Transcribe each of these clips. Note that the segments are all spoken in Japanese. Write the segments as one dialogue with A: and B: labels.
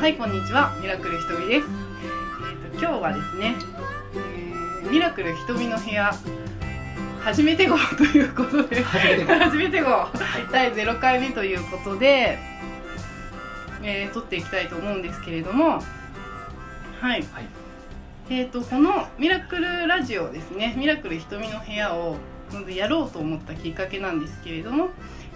A: はいこんにちはミラクルひとみです、えー、と今日はですね、えーミラクルひとみの部屋初めて号ということで初めて号第0回目ということで、えー撮っていきたいと思うんですけれどもはい、
B: はい
A: えー、とこの「ミラクルラジオ」ですね「ミラクルひとみの部屋を」やろうと思ったきっかけなんですけれども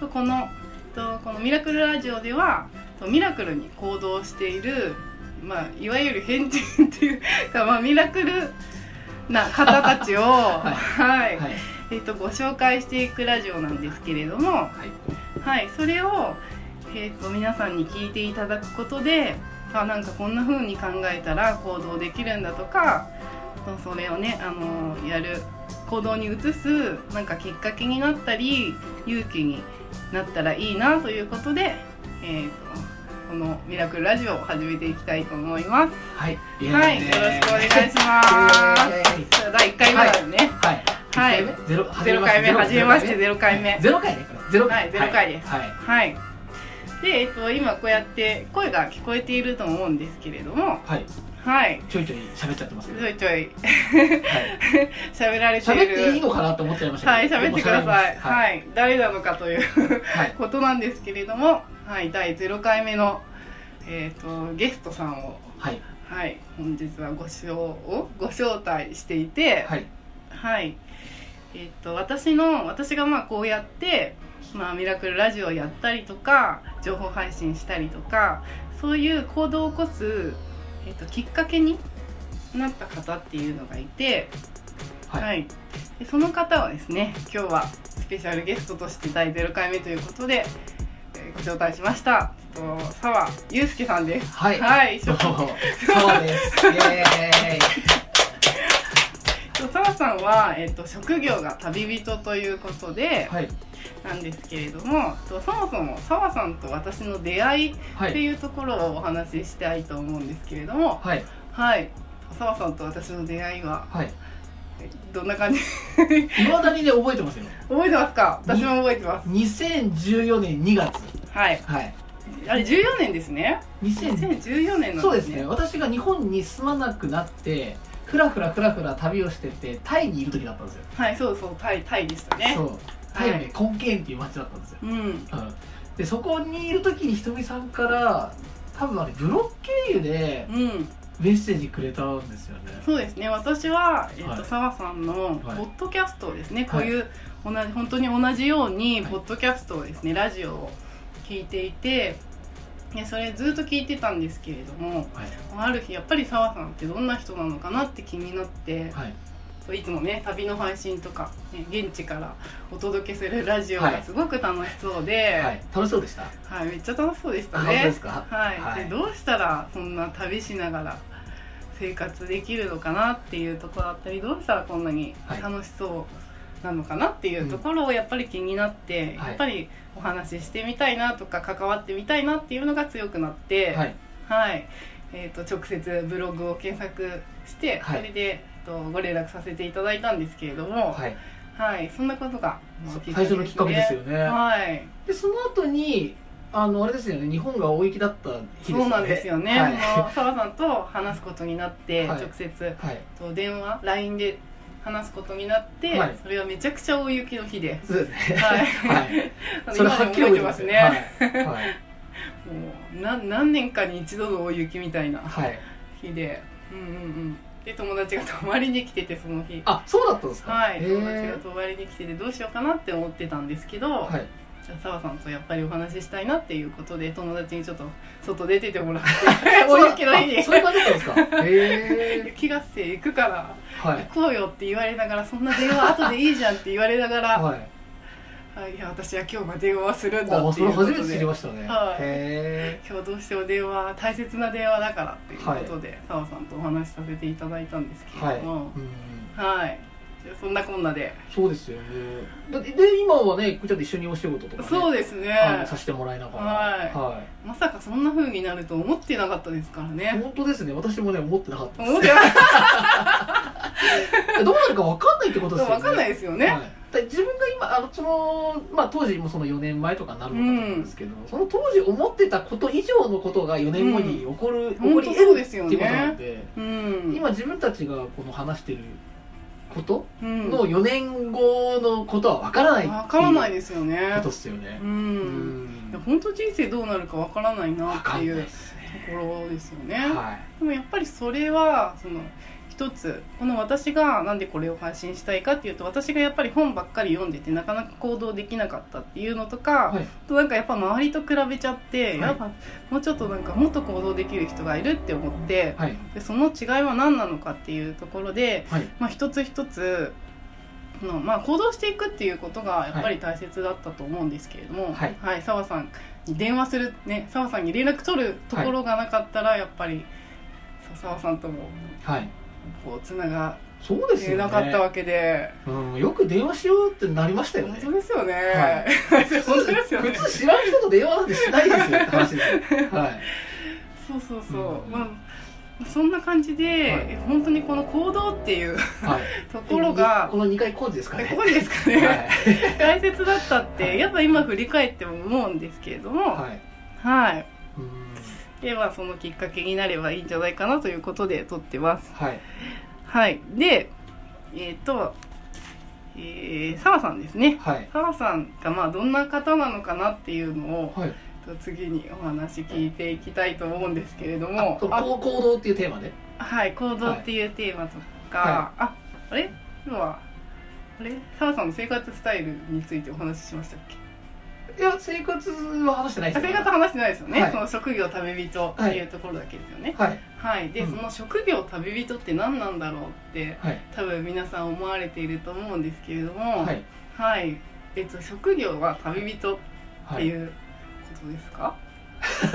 A: とこのとこの「ミラクルラジオ」ではとミラクルに行動している、まあ、いわゆる変人っていうか、まあ、ミラクルな方たちを、はい
B: い はい
A: えー、とご紹介していくラジオなんですけれども、
B: はい
A: はい、それを、えー、と皆さんに聞いていただくことであなんかこんな風に考えたら行動できるんだとかそうそれをね、あのやる行動に移すなんかきっかけになったり勇気になったらいいなということで、えー、とこの「ミラクルラジオ」を始めていきたいと思います。
B: はいイエーイ
A: はい、よろしくお願いします。第1回目だよね。
B: はい
A: はい
B: 一回目ゼロ
A: ゼロ回目
B: 初
A: 初めましてゼロ回目
B: ゼロ回ねゼロ
A: はいゼロ回です
B: はい
A: はい。で、えっと、今こうやって声が聞こえていると思うんですけれども、
B: はい
A: はい。
B: ちょいちょい喋っちゃってますけど
A: ちょ
B: はい
A: いちょい 喋られている。
B: 喋っていいのかなと思っちゃいました
A: はい、
B: けど
A: 喋ってください。
B: でも喋ります
A: はい、誰なのかという
B: はい
A: ことなんですけれども、はい、第0回目の、えっと、ゲストさんを、
B: はい
A: はい、本日はご招をご招待していて、
B: はい
A: はい。えっと、私の、私がまあこうやって、まあミラクルラジオやったりとか、情報配信したりとか、そういう行動を起こす、えっと、きっかけになった方っていうのがいて、
B: はいはい
A: でその方はですね、今日はスペシャルゲストとして第0回目ということで、えーご招待しました。えっと、沢祐介さんです。
B: はい
A: はい、
B: どうもそうですイエーイ
A: 沢さんは、えっと、職業が旅人ということで、
B: はい
A: なんですけれどもとそもそも澤さんと私の出会いっ
B: は
A: て
B: い
A: いうところをお話ししたいと思うんですけれども
B: はい
A: はい澤さんと私の出会いは
B: はい
A: えどんな感じ
B: いまだにね覚えてますよ
A: 覚えてますか私も覚えてます
B: 2014年2月
A: はい
B: はい
A: あれ14年ですね
B: 2014
A: 2014年
B: そ
A: な
B: うんで
A: ですす
B: ね
A: ね
B: 私が日本に住まなくなってふらふらふらふら旅をしててタイにいる時だったんですよ、
A: はいそうそうタイタイでしたね
B: そうタイ
A: は
B: で
A: い
B: コンケーンっていう街だったんですよ、
A: うん
B: うん、でそこにいる時にひとみさんから多分あれブロッ経由で
A: うん
B: メッセージくれたんですよね
A: そうですね私は、えっ
B: は
A: と
B: い
A: 澤さんのポ
B: はい
A: ッドキャストをですね、
B: はい
A: こういう同じ本当に同じように
B: はい
A: ポッドキャストをですね、ラジオを聞いていてでそれずっと聞いてたんですけれども
B: はい
A: ある日やっぱり澤さんってどんな人なのかなって気になって
B: はい
A: そういつもね旅の配信とか、ね、現地からお届けするラジオ
B: は
A: が
B: い
A: すごく楽しそうで、
B: はい楽しそうでした
A: はいめっちゃ楽しそうでした
B: あ本当で
A: ね
B: す。か
A: はい、
B: はい
A: でどうしたらそんな旅しながら生活できるのかなっていうところだったりどうしたらこんなに
B: はい
A: 楽しそうなのかなっていうところをやっぱり気になって、
B: はい
A: やっぱりお話ししてみたいなとか関わってみたいなっていうのが強くなって、
B: はい
A: はいえー、と直接ブログを検索して、
B: はい
A: それで、えっと、ご連絡させていただいたんですけれども、はい
B: はい
A: そんなことがまあ
B: そう最初のきっかけですよね
A: はい
B: でその後にあのあれですよね日本が大雪だった日ですよね
A: そうなんですよね、
B: はい
A: あの澤さんと話すことになって、
B: はい
A: 直接
B: はい
A: と電話 LINE で話すことになって、
B: はい
A: それはめちゃくちゃ大雪の日で、
B: そうですね
A: はい
B: はい
A: あの
B: それは
A: 今
B: っき
A: で
B: り
A: も覚えて
B: 覚えて
A: ま
B: ますす
A: ね、
B: ね。はい。はい。
A: もうな何年かに一度の大雪みたいな
B: はい、
A: 日で、うんうんうんで友達が泊まりに来ててその日
B: あ、そうだったんですか。
A: はい、
B: へ
A: 友達が
B: ー
A: 泊まりに来ててどうしようかなって思ってたんですけど、
B: はい。
A: じゃあ澤さんとやっぱりお話ししたいなっていうことで友達にちょっと外出ててもらって大雪の日
B: あ
A: に
B: そういう感じだったんで すか。へえ。
A: 雪合戦行くから
B: は
A: 行
B: い。
A: こうよって言われながらそんな電話後でいいじゃんって言われながら、
B: はい。
A: あいや私は今日は電話をするんだ
B: あ、
A: って
B: そ
A: い
B: れ
A: うこ
B: 初
A: と
B: めて知り
A: で
B: ましたね。
A: はい
B: へ
A: 今日どうしても電話大切な電話だからっていうことで澤、さんとお話しさせていただいたんですけ
B: え。は
A: れ
B: い。
A: ど
B: う
A: も
B: ん。
A: はい、でそんなこんなで
B: そうですよね。だってで今はね、ちょっと一緒にお仕事とかね。
A: そう
B: で
A: ですね
B: あのさせてもらいながら。
A: はい
B: は
A: まさかそんな風になると思って なかったですから
B: い。
A: ね
B: 本当ですね。私もね、思ってなかったで
A: 思ってなかっ
B: やどうなるかわかんないってことですよね
A: 分かんないですよね、
B: はいだから自分が今あのその、まあ、当時もその4年前とかになるのかと思うんですけど、その当時思ってたこと以上のことが4年後に起こる、起こ
A: 本
B: り
A: 当
B: 得
A: そう
B: る
A: で
B: っ
A: す
B: てい
A: よ
B: う
A: ね
B: ことなんで、
A: うん、
B: 今自分たちがこの話してること
A: うん、
B: の4年後のことは分からないって
A: 分からない
B: いう
A: ですよね
B: ことっすよね
A: う、
B: うん
A: いや本当人生どうなるかわからないな
B: 分
A: っ
B: か
A: て
B: ん
A: い
B: ないうで
A: と
B: すね
A: ころですよね、
B: は
A: でもやっぱりそれはその一つこの私がなんでこれを配信したいかっていうと私がやっぱり本ばっかり読んでてなかなか行動できなかったっていうのと
B: い、
A: か、
B: はい、
A: あとなんかやっぱ周りと比べちゃって、
B: い
A: やっぱもうちょっとなんかもっと行動できる人がいるって思って、
B: はい
A: でその違いは何なのかっていうところで、
B: はい
A: まあ、一つ一つの、まあ、行動していくっていうことがやっぱり大切だったと思うんですけれども、
B: はい
A: 澤さんに電話するね澤さんに連絡取るところがなかったらやっぱりそう澤さんとも
B: はい
A: こうつなが
B: そうです
A: れ
B: よ
A: な
B: ね
A: かったわけで、
B: うん、よく電話しようってなりましたよ
A: 本
B: ね
A: 当ですよね、
B: は
A: 本当ですよね
B: 普通知らん人と電話なんてしないですよって話ですよはい
A: そうそうそう、
B: うん
A: まあそんな感じで、
B: はい
A: 本当にこの行動っていう
B: はい
A: ところが
B: この2回工事ですか
A: え
B: ね
A: ここにですか
B: はい
A: ね、 大切だったって、やっぱ今振り返っても思うんですけれどもはい、
B: はいうん
A: でまあそのきっかけになればいいんじゃないかなということで撮ってます
B: はい
A: はいでえっ、とえー、澤さんですね
B: はい
A: 澤さんがまあどんな方なのかなっていうのを
B: はい
A: 次にお話聞いていきたいと思うんですけれども
B: あそう
A: あ
B: 行行動っていうテーマで
A: はい、行動っていうテーマとか、
B: は
A: あ、あれ今日は、あれ澤さんの生活スタイルについてお話ししましたっけ
B: いや生活は話してない
A: あ
B: です
A: 生
B: よ
A: 活話してないですよね、
B: はい
A: その職業旅人っていうところだけですよね。
B: はい
A: はい、で、
B: うん
A: その職業旅人って何なんだろうって、
B: はい
A: 多分皆さん思われていると思うんですけれども、
B: はい
A: はい。えっと、職業は旅人っ
B: は
A: て
B: い
A: いうことですか、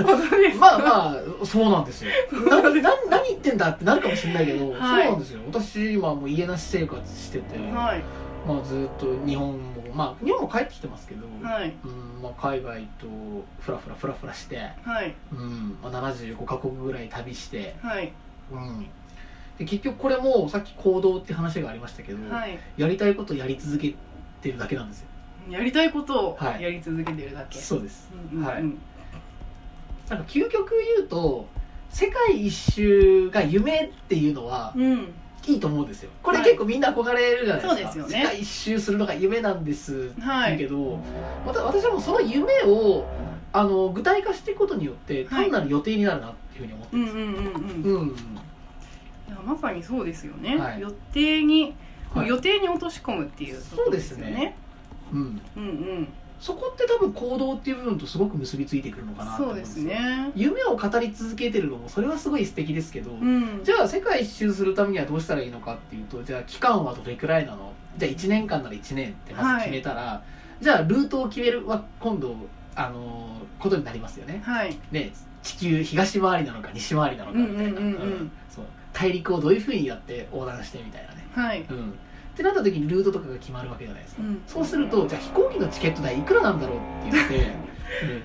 A: 本当です
B: まあまあそうなんですよ
A: うなん
B: 何何何言ってんだってなるかもしれないけど、
A: はい
B: そうなんですよ私今もう家なし生活してて、
A: はい、
B: まあ、ずっと日本もまあ日本も帰ってきてますけど、
A: はい、
B: うんまあ、海外とフラフラフラフラして、
A: はい、
B: うんまあ、75カ国ぐらい旅して、
A: はい、
B: うん、で結局これもさっき行動って話がありましたけど、
A: はい。
B: やりたいことをやり続けてるだけなんですよ
A: やりたいことを
B: はい
A: やり続けてるだけ、
B: そうです
A: うんうんうん
B: はいなんか究極言うと世界一周が夢っていうのは
A: うん、
B: いいと思うんですよこれ
A: はい
B: 結構みんな憧れるじゃないですか、
A: そうですよね
B: 世界一周するのが夢なんです
A: は
B: だけ
A: い、
B: ど、また私はもうその夢をあの具体化していくことによって
A: はい
B: 単なる予定になるなっていうふうに思って
A: うんうん
B: ます、
A: うんうん、い
B: うん
A: やまさにそうですよね。
B: はい
A: 予定に、
B: はい
A: 予定に落とし込むっていうところですよね。
B: うん、
A: うんうん、
B: そこって多分行動っていう部分とすごく結びついてくるのかなと
A: そ
B: 思
A: うんで
B: ですすよ
A: ね。
B: 夢を語り続けてるのもそれはすごい素敵ですけど、
A: うん、
B: じゃあ世界一周するためにはどうしたらいいのかっていうとじゃあ期間はどれくらいなのじゃあ1年間なら1年ってまず決めたら、じゃあルートを決めるは今度あのーことになりますよね
A: はい、
B: ね、地球東回りなのか西回りなのかみたいな、
A: うんうんうんうん
B: そう大陸をどういうふうにやって横断してみたいなね、
A: はい、
B: うん、ってなった時にルートとかが決まるわけじゃないですか、
A: うん
B: そうするとじゃあ飛行機のチケット代いくらなんだろうって 言って、うん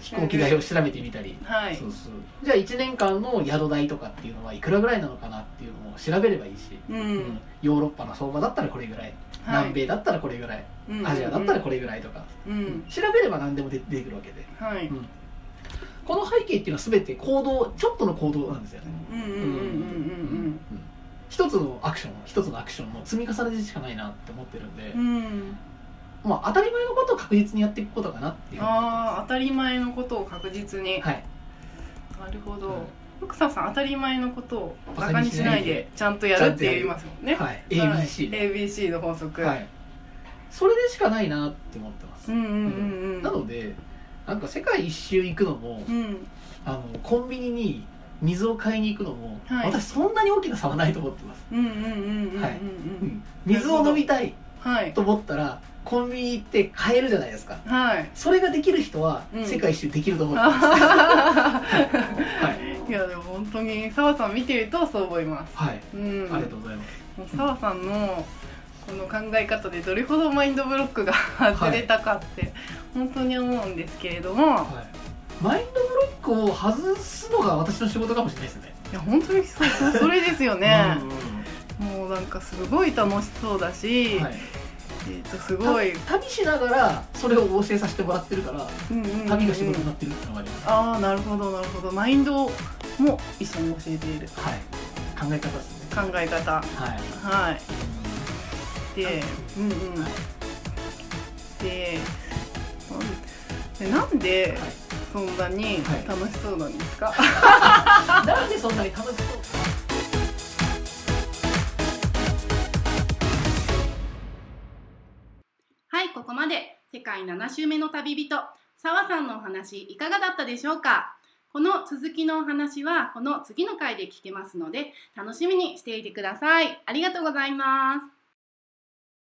B: 飛行機代を調べてみたり、
A: はい、
B: そうそうじゃあ1年間の宿代とかっていうのはいくらぐらいなのかなっていうのを調べればいいし、
A: うん
B: うんヨーロッパの相場だったらこれぐらい、
A: はい
B: 南米だったらこれぐらい
A: うん
B: アジアだったらこれぐらいとか、
A: うん、うん、
B: 調べれば何でも出てくるわけで。
A: はい、う
B: うんんこの背景っていうのは全て行動ちょっとの行動なんですよね、
A: うんうんうん
B: うん一つのアクション一つのアクションの積み重ねでしかないなって思ってるんで
A: うんう、ん、うん、
B: まあ当たり前のことを確実にやっていくことかなっていうふうに
A: ああ当たり前のことを確実に、
B: はい
A: なるほ
B: う
A: ど
B: ん。
A: 福沢さん当たり前のことをバ
B: バ
A: カ
B: カ
A: に
B: に
A: し
B: し
A: な
B: ないい
A: で
B: で
A: ちゃんとやるって言いますもんね。
B: はい ABC で、
A: ABC の法則。
B: はいそれでしかないなって思ってます、
A: うんうんうんうん。
B: なのでなんか世界一周行くのも、
A: うん。
B: あのコンビニに水を買いに行くのも、
A: はい
B: 私そんなに大きな差はないと思ってます、
A: うんうんうんうんうんうん。
B: はいうん水を飲みたい
A: はい
B: と思ったらコンビニ行って買えるじゃないですか
A: はい。
B: それができる人は
A: うん
B: 世界一周できると思っ てます、はい、
A: いやでも本当に澤さん見てるとそう思います。
B: はい、
A: うん。
B: ありがとうございます
A: もう澤さんのこの考え方でどれほどマインドブロックが外れたかって本当に思うんですけれども、
B: はいマインドブロックを外すのが私の仕事かもしれないですね
A: いや本当にそうそうそれですよね。
B: うんうんうん
A: もうそうなんかすごい楽しそうだし、
B: はい、
A: えっとすごい、
B: た旅しながらそれを旺盛させてもらってるから
A: うんうんうんうん
B: 旅が仕事になってるっていうのがあります、
A: ああなるほどなるほどマインドも一緒に教えている
B: はい、考え方ですね
A: 考え方
B: はい
A: はいでうんうんでなんでなんで
B: はい
A: そんなに
B: はい
A: 楽しそうなんですか、
B: なんでそんなに楽しそう
C: はい、ここまで世界7周目の旅人、澤さんのお話いかがだったでしょうかこの続きのお話はこの次の回で聞けますので楽しみにしていてください。ありがとうございます。